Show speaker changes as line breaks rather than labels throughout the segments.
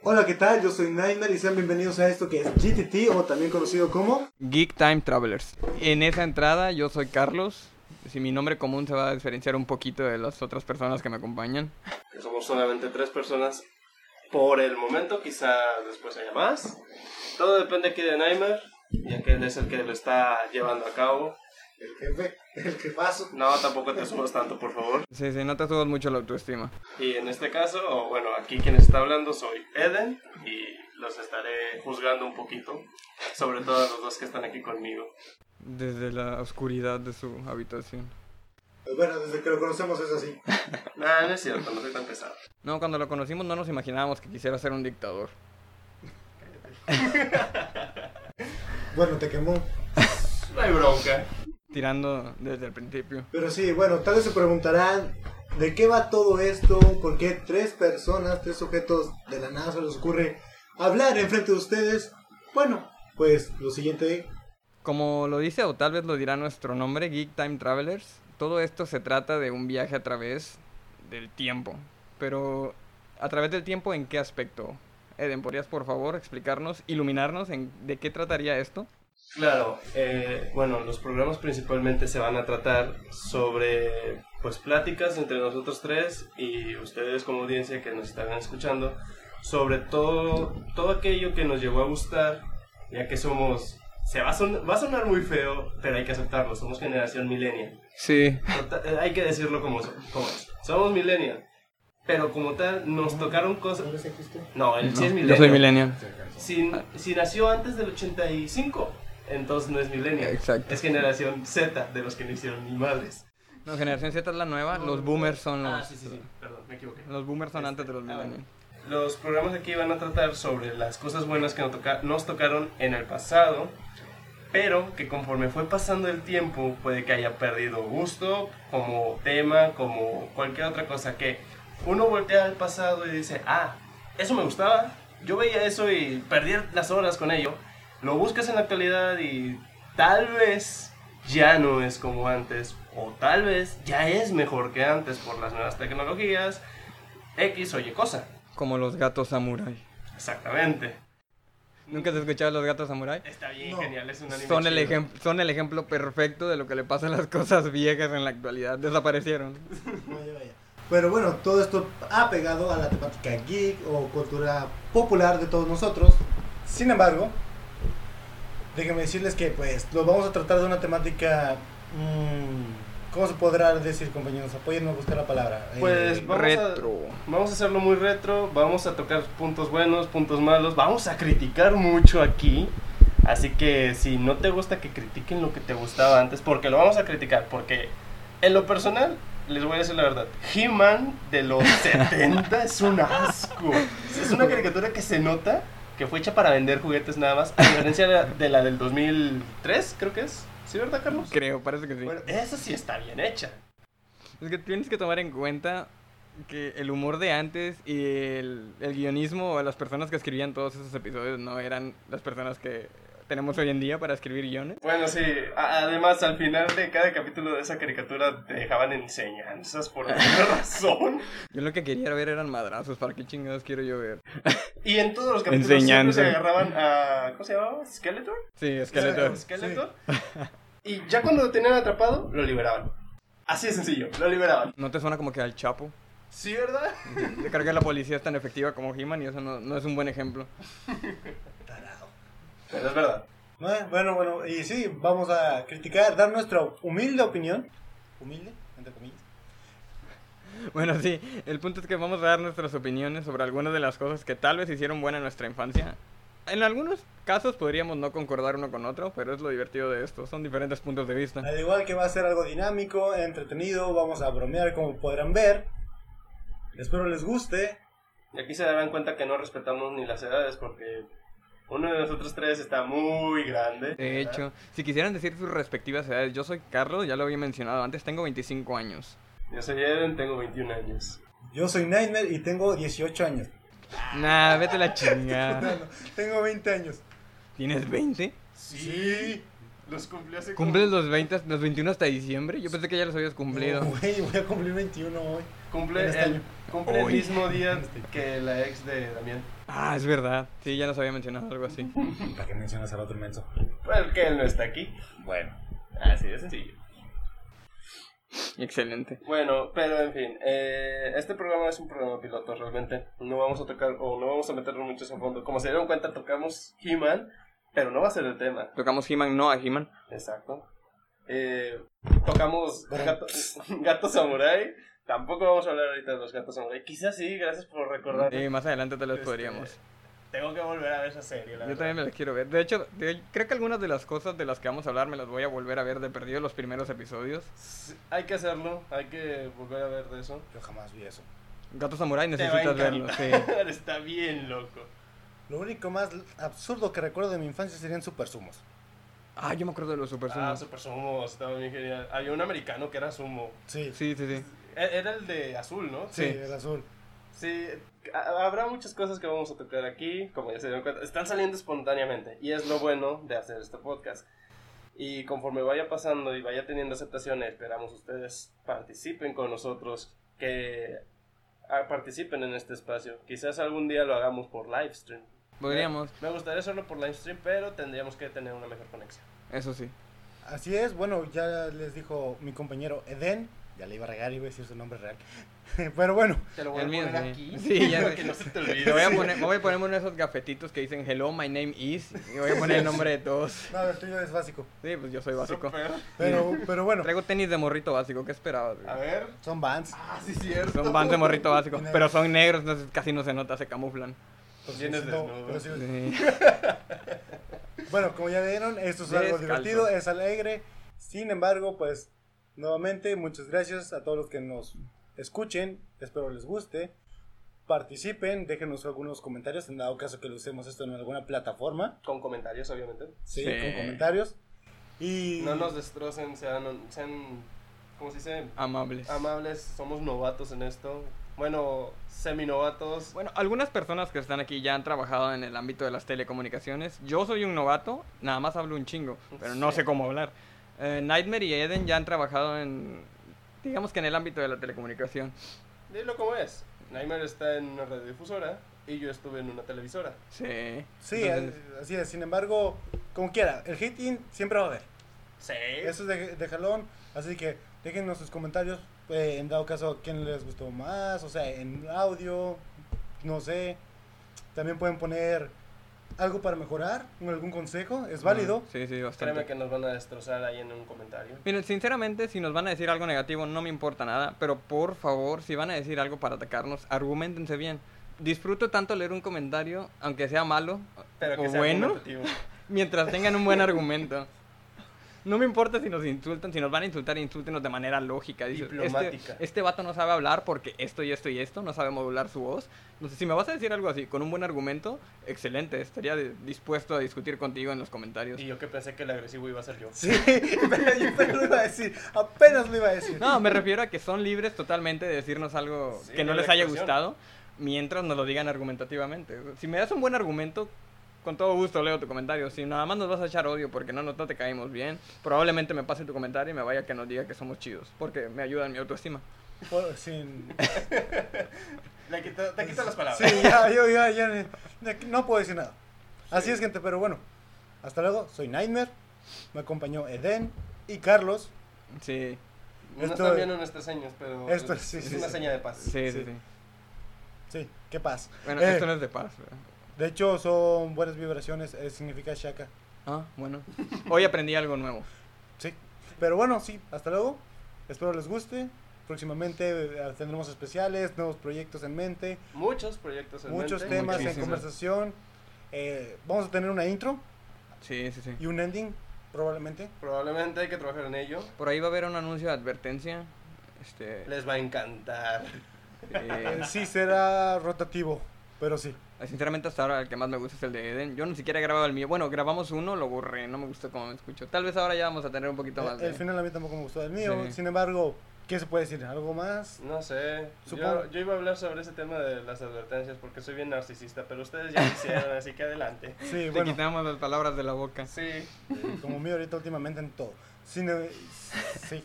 Hola, ¿qué tal? Yo soy Nightmare y sean bienvenidos a esto que es GTT o también conocido como...
Geek Time Travelers. En esa entrada yo soy Carlos. Si mi nombre común se va a diferenciar un poquito de las otras personas que me acompañan.
que somos solamente tres personas por el momento, quizá después haya más. Todo depende aquí de Nightmare, ya que él es el que lo está llevando a cabo.
El jefe, el jefazo.
No, tampoco te subas tanto, por favor.
Sí, sí, no te subas mucho la autoestima.
Y en este caso, o bueno, aquí quien está hablando soy Eden y los estaré juzgando un poquito, sobre todo a los dos que están aquí conmigo.
Desde la oscuridad de su habitación.
Pues Bueno, desde que lo conocemos es así.
Nah, no es cierto, no soy tan pesado.
No, cuando lo conocimos no nos imaginábamos que quisiera ser un dictador.
Bueno, te quemó.
No hay bronca.
Tirando desde el principio.
Pero sí, bueno, tal vez se preguntarán de qué va todo esto, por qué tres personas, tres sujetos de la nada se les ocurre hablar enfrente de ustedes. Bueno, pues lo siguiente,
Como lo dice o tal vez lo dirá nuestro nombre, Geek Time Travelers, todo esto se trata de un viaje a través del tiempo. Pero, ¿a través del tiempo en qué aspecto? Eden, ¿podrías por favor explicarnos, iluminarnos en de qué trataría esto?
Claro, eh, bueno, los programas principalmente se van a tratar sobre pues pláticas entre nosotros tres y ustedes como audiencia que nos están escuchando sobre todo todo aquello que nos llevó a gustar, ya que somos se va a, son- va a sonar muy feo, pero hay que aceptarlo, somos generación millennial.
Sí,
Tota- eh, Hay que decirlo como, so- como es. Somos millennial, pero como tal nos tocaron cosas. No, él sí es
yo
millennial.
soy millennial.
Si, si nació antes del 85, entonces no es millennial.
Exacto.
Es generación Z, de los que no hicieron ni madres.
No, generación Z es la nueva, los boomers son los...
Ah, sí, sí, sí. Perdón, me equivoqué.
Los boomers son
Este,
antes de los
ah,
millennials.
Los programas aquí van a tratar sobre las cosas buenas que nos, toca- nos tocaron en el pasado, pero que conforme fue pasando el tiempo puede que haya perdido gusto como tema, como cualquier otra cosa que uno voltea al pasado y dice, ah, eso me gustaba, yo veía eso y perdí las horas con ello. Lo buscas en la actualidad y tal vez ya no es como antes, o tal vez ya es mejor que antes por las nuevas tecnologías, X o Y cosa.
Como los gatos samurai.
Exactamente.
¿Nunca has escuchado a los gatos samurai?
Está bien,
No.
genial, es un anime.
Son el,
chido.
ejem- son el ejemplo perfecto de lo que le pasa a las cosas viejas en la actualidad. Desaparecieron.
Vaya, vaya. Pero bueno, todo esto ha pegado a la temática geek o cultura popular de todos nosotros. Sin embargo, déjenme decirles que pues lo vamos a tratar de una temática... mm, ¿Cómo se podrá decir, compañeros? Apóyenme a buscar la palabra. Eh,
Pues, Vamos a-
Retro.
Vamos a hacerlo muy retro, vamos a tocar puntos buenos, puntos malos, vamos a criticar mucho aquí. Así que si no te gusta que critiquen lo que te gustaba antes, porque lo vamos a criticar, porque en lo personal, les voy a decir la verdad, He-Man de los 70 es un asco. Es una caricatura que se nota que fue hecha para vender juguetes nada más, a diferencia de la- de la del 2003, creo que es. ¿Sí, verdad, Carlos?
Creo, parece que sí.
Bueno, esa sí está bien hecha.
Es que tienes que tomar en cuenta que el humor de antes y el, el guionismo o las personas que escribían todos esos episodios no eran las personas que tenemos hoy en día para escribir guiones.
Bueno, sí, a- además al final de cada capítulo de esa caricatura te dejaban enseñanzas por alguna razón.
Yo lo que quería ver eran madrazos. ¿Para qué chingados quiero yo ver?
Y en todos los capítulos
Enseñanza.
siempre se agarraban a. ¿Cómo se llamaba? ¿Skeletor?
Sí, Skeletor.
Skeletor. Y ya cuando lo tenían atrapado, lo liberaban. Así de sencillo, lo liberaban.
¿No te suena como que al Chapo?
¿Sí, verdad?
Yo creo que la policía es tan efectiva como He-Man y eso no, no es un buen ejemplo.
Pero es verdad.
Eh, Bueno, bueno, y sí, vamos a criticar, dar nuestra humilde opinión. Humilde, entre comillas.
Bueno, sí, el punto es que vamos a dar nuestras opiniones sobre algunas de las cosas que tal vez hicieron buena en nuestra infancia. En algunos casos podríamos no concordar uno con otro, pero es lo divertido de esto, son diferentes puntos de vista.
Al igual que va a ser algo dinámico, entretenido, vamos a bromear como podrán ver. Espero les guste.
Y aquí se darán cuenta que no respetamos ni las edades porque uno de nosotros tres está muy grande.
De hecho, si quisieran decir sus respectivas edades, yo soy Carlos, ya lo había mencionado antes, tengo 25 años.
Yo soy Eden, tengo 21 años.
Yo soy Nightmare y tengo 18 años.
Nah, vete la
No,
chingada.
no, tengo 20 años.
¿Tienes 20?
Sí. Los cumplí hace como-
¿Cumples los 20, los 21 hasta diciembre? Yo pensé que ya los habías cumplido.
Güey, voy a cumplir 21 hoy.
Cumple,
en este
el,
año.
cumple el
Hoy.
mismo día
En este.
que la ex de Damián.
Ah, es verdad. Sí, ya nos había mencionado algo así.
¿Para qué mencionas al otro menso?
Porque él no está aquí.
Bueno,
Así de sencillo.
Excelente.
Bueno, pero en fin, eh, este programa es un programa piloto realmente. No vamos a tocar o no vamos a meternos mucho a fondo. Como se dieron cuenta, tocamos He-Man, pero no va a ser el tema.
Tocamos He-Man, no a He-Man.
Exacto. Eh, tocamos gato, gato Samurai. Tampoco vamos a hablar ahorita de los gatos Samurai. Quizás sí, gracias por recordar.
Eh, más adelante te los
Este,
podríamos.
Tengo que volver a ver esa serie, la
Yo
verdad.
también me las quiero ver. De hecho, de- creo que algunas de las cosas de las que vamos a hablar me las voy a volver a ver de perdido los primeros episodios.
Sí, Hay que hacerlo, hay que volver a ver de eso.
Yo jamás vi eso.
Gato Samurai
Te va a
necesitas verlo, sí.
encantar, Está bien loco.
Lo único más absurdo que recuerdo de mi infancia serían super sumos.
Ah, yo me acuerdo de los Super
Ah,
Sumos.
super sumo, estaba bien genial. Había un americano que era sumo.
Sí,
Sí, sí, sí.
E- Era el de azul, ¿no?
sí,
Sí.
el azul.
Sí, ha- habrá muchas cosas que vamos a tocar aquí, como ya se dieron cuenta, están saliendo espontáneamente y es lo bueno de hacer este podcast. Y conforme vaya pasando y vaya teniendo aceptación, esperamos ustedes participen con nosotros, que ah, participen en este espacio. Quizás algún día lo hagamos por livestream.
Podríamos,
Me gustaría hacerlo por livestream, pero tendríamos que tener una mejor conexión.
eso sí.
Así es, bueno, ya les dijo mi compañero Eden. Ya le iba a regar, iba a decir su nombre real. Pero bueno,
Te lo
voy a El mío, poner sí.
aquí,
aquí, Sí, ya para sé.
que
que
no
no
se te olvide.
Me voy, a poner, me voy a poner uno de esos gafetitos que dicen Hello, my name is. Y voy a poner el nombre de todos. Sí,
no, el tuyo es básico.
pues yo soy básico.
Pero, pero bueno,
Traigo tenis de morrito básico, ¿qué esperabas? güey?
A ver.
son Vans.
Ah, sí, cierto.
Son vans de morrito básico,
Tiene-
pero son negros, entonces casi no se nota, se camuflan.
Pues
Vienes
sí, no,
desnudo.
pero sí-
Sí.
Bueno, como ya vieron, esto es algo
Descalzo.
divertido, es alegre. Sin embargo, pues nuevamente muchas gracias a todos los que nos escuchen. Espero les guste. Participen, déjenos algunos comentarios en dado caso que lo usemos esto en alguna plataforma.
Con comentarios, obviamente.
Sí,
Sí.
con comentarios. Y
No nos destrocen, sean, sean ¿cómo se dice?
Amables.
Amables, somos novatos en esto. Bueno, seminovatos.
Bueno, algunas personas que están aquí ya han trabajado en el ámbito de las telecomunicaciones. Yo soy un novato, nada más hablo un chingo, pero no sé cómo hablar. Eh, Nightmare y Eden ya han trabajado en, digamos que en el ámbito de la telecomunicación.
Dilo como es. Nightmare está en una radiodifusora y yo estuve en una televisora.
Sí.
Sí,
Entonces,
al- así es. Sin embargo, como quiera, el hating siempre va a haber.
Sí.
Eso es de, de jalón. Así que déjenos sus comentarios. eh, en dado caso, quién les gustó más. O sea, en audio. No sé. También pueden poner algo para mejorar. Algún consejo. Es válido.
mm,
Ah.
Sí, sí, bastante.
Créeme que nos van a destrozar ahí en un comentario.
Miren, sinceramente, si nos van a decir algo negativo, no me importa nada, pero por favor, si van a decir algo para atacarnos, argumentense bien. Disfruto tanto leer un comentario, aunque sea malo
Pero que
o
sea
bueno,
argumentativo.
mientras tengan un buen argumento. No me importa si nos insultan, si nos van a insultar, insúltenos de manera lógica. Dices,
Diplomática.
Este, este vato no sabe hablar porque esto y esto y esto, no sabe modular su voz. Entonces, si me vas a decir algo así, con un buen argumento, excelente, estaría de- dispuesto a discutir contigo en los comentarios.
Y yo que pensé que el agresivo iba a ser yo.
Sí, pero yo apenas lo iba a decir. Apenas lo iba a decir.
No, me refiero a que son libres totalmente de decirnos algo
Sí,
que no
de la
les haya
expresión.
gustado mientras nos lo digan argumentativamente. Si me das un buen argumento, con todo gusto leo tu comentario. Si nada más nos vas a echar odio porque no, no, no te caímos bien, probablemente me pase tu comentario y me vaya que nos diga que somos chidos, porque me ayuda en mi autoestima.
Por- sin-
Le quito- te quito las palabras.
Sí, ya, yo ya, ya, ni- de aquí No puedo decir nada. Así es, gente. Pero bueno. Hasta luego. Soy Nightmare. Me acompañó Eden y Carlos.
Sí,
No
Esto-
están viendo nuestras señas, pero
Esto- sí,
es
sí,
una
sí.
seña de paz.
sí, sí.
Sí.
sí.
Sí, qué paz.
Bueno,
Eh,
esto no es de paz. ¿verdad?
De hecho, son buenas vibraciones, eh, significa shaka.
Ah, bueno. Hoy aprendí algo nuevo.
Sí. Pero bueno, sí, hasta luego. Espero les guste. Próximamente eh, tendremos especiales, nuevos proyectos en mente,
Muchos proyectos en
muchos
mente.
temas en
Muchísimo.
conversación. Eh, vamos a tener una intro
Sí, sí, sí.
y un ending, probablemente.
Probablemente hay que trabajar en ello.
Por ahí va a haber un anuncio de advertencia. Este,
Les va a encantar.
Eh,
eh,
sí, será rotativo, pero sí.
Sinceramente hasta ahora el que más me gusta es el de Eden. Yo ni siquiera he grabado el mío. Bueno, grabamos uno, lo borré, no me gustó cómo me escucho. Tal vez ahora ya vamos a tener un poquito más
El,
de...
el final a mí tampoco me gustó el mío.
Sí.
Sin embargo, ¿Qué se puede decir? ¿Algo más?
No sé.
Supongo-
Yo, yo iba a hablar sobre ese tema de las advertencias porque soy bien narcisista, pero ustedes ya lo hicieron, así que adelante.
Sí,
Te
bueno,
quitamos las palabras de la boca.
Sí.
como mío ahorita últimamente en todo. Sí, no, sí.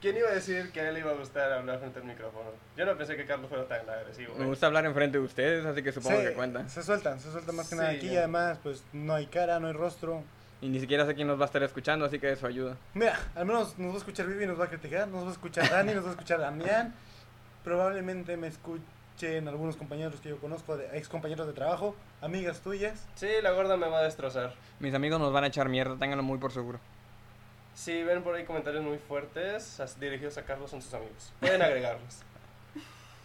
¿Quién iba a decir que a él le iba a gustar hablar frente al micrófono? Yo no pensé que Carlos fuera tan agresivo.
Me
¿eh?
gusta hablar enfrente de ustedes, así que supongo
se,
que cuenta.
Se sueltan, se sueltan más que nada
Sí,
aquí y
ya.
además pues no hay cara, no hay rostro.
Y ni siquiera sé quién nos va a estar escuchando, así que eso ayuda.
Mira, al menos nos va a escuchar Vivi, nos va a criticar, nos va a escuchar Dani, nos va a escuchar Damián. Probablemente me escuchen algunos compañeros que yo conozco, de, ex compañeros de trabajo, amigas tuyas.
Sí, la gorda me va a destrozar.
Mis amigos nos van a echar mierda, ténganlo muy por seguro.
Si ven por ahí comentarios muy fuertes as- dirigidos a Carlos son sus amigos. Pueden agregarlos.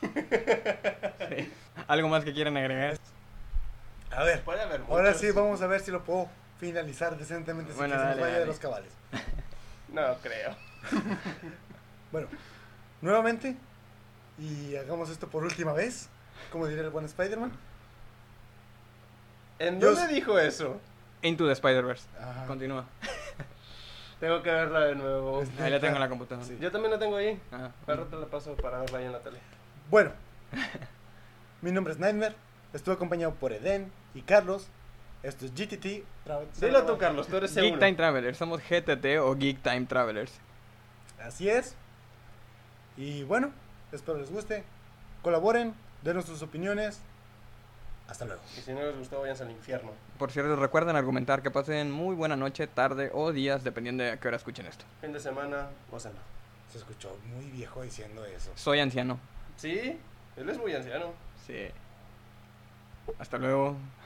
Sí. ¿Algo más que quieran agregar?
A ver,
Puede haber muchos.
ahora sí vamos a ver si lo puedo finalizar decentemente sin
Bueno,
que se nos
dale,
vaya de
dale.
los cabales.
No creo.
Bueno, nuevamente, y hagamos esto por última vez, como diría el buen Spider-Man.
¿En
Yo
dónde
s-
dijo eso?
Into the Spider-Verse.
Ajá.
Continúa.
Tengo que verla de nuevo.
Ahí la tengo en la computadora.
Sí.
Yo también la tengo ahí.
Ajá.
Al rato la paso para verla ahí en la tele.
Bueno, mi nombre es Nightmare, estuve acompañado por Eden y Carlos. Esto es GTT. Tra-
Dilo tú, Carlos, tú eres el
Geek
uno.
Time Travelers. Somos GTT o Geek Time Travelers.
Así es. Y bueno, espero les guste. Colaboren, denos sus opiniones. Hasta luego.
Y si no les gustó, vayan al infierno.
Por cierto, recuerden argumentar que pasen muy buena noche, tarde o días, dependiendo de a qué hora escuchen esto.
Fin de semana, gócenla.
Se escuchó muy viejo diciendo eso.
Soy anciano.
Sí, él es muy anciano.
Sí. Hasta luego.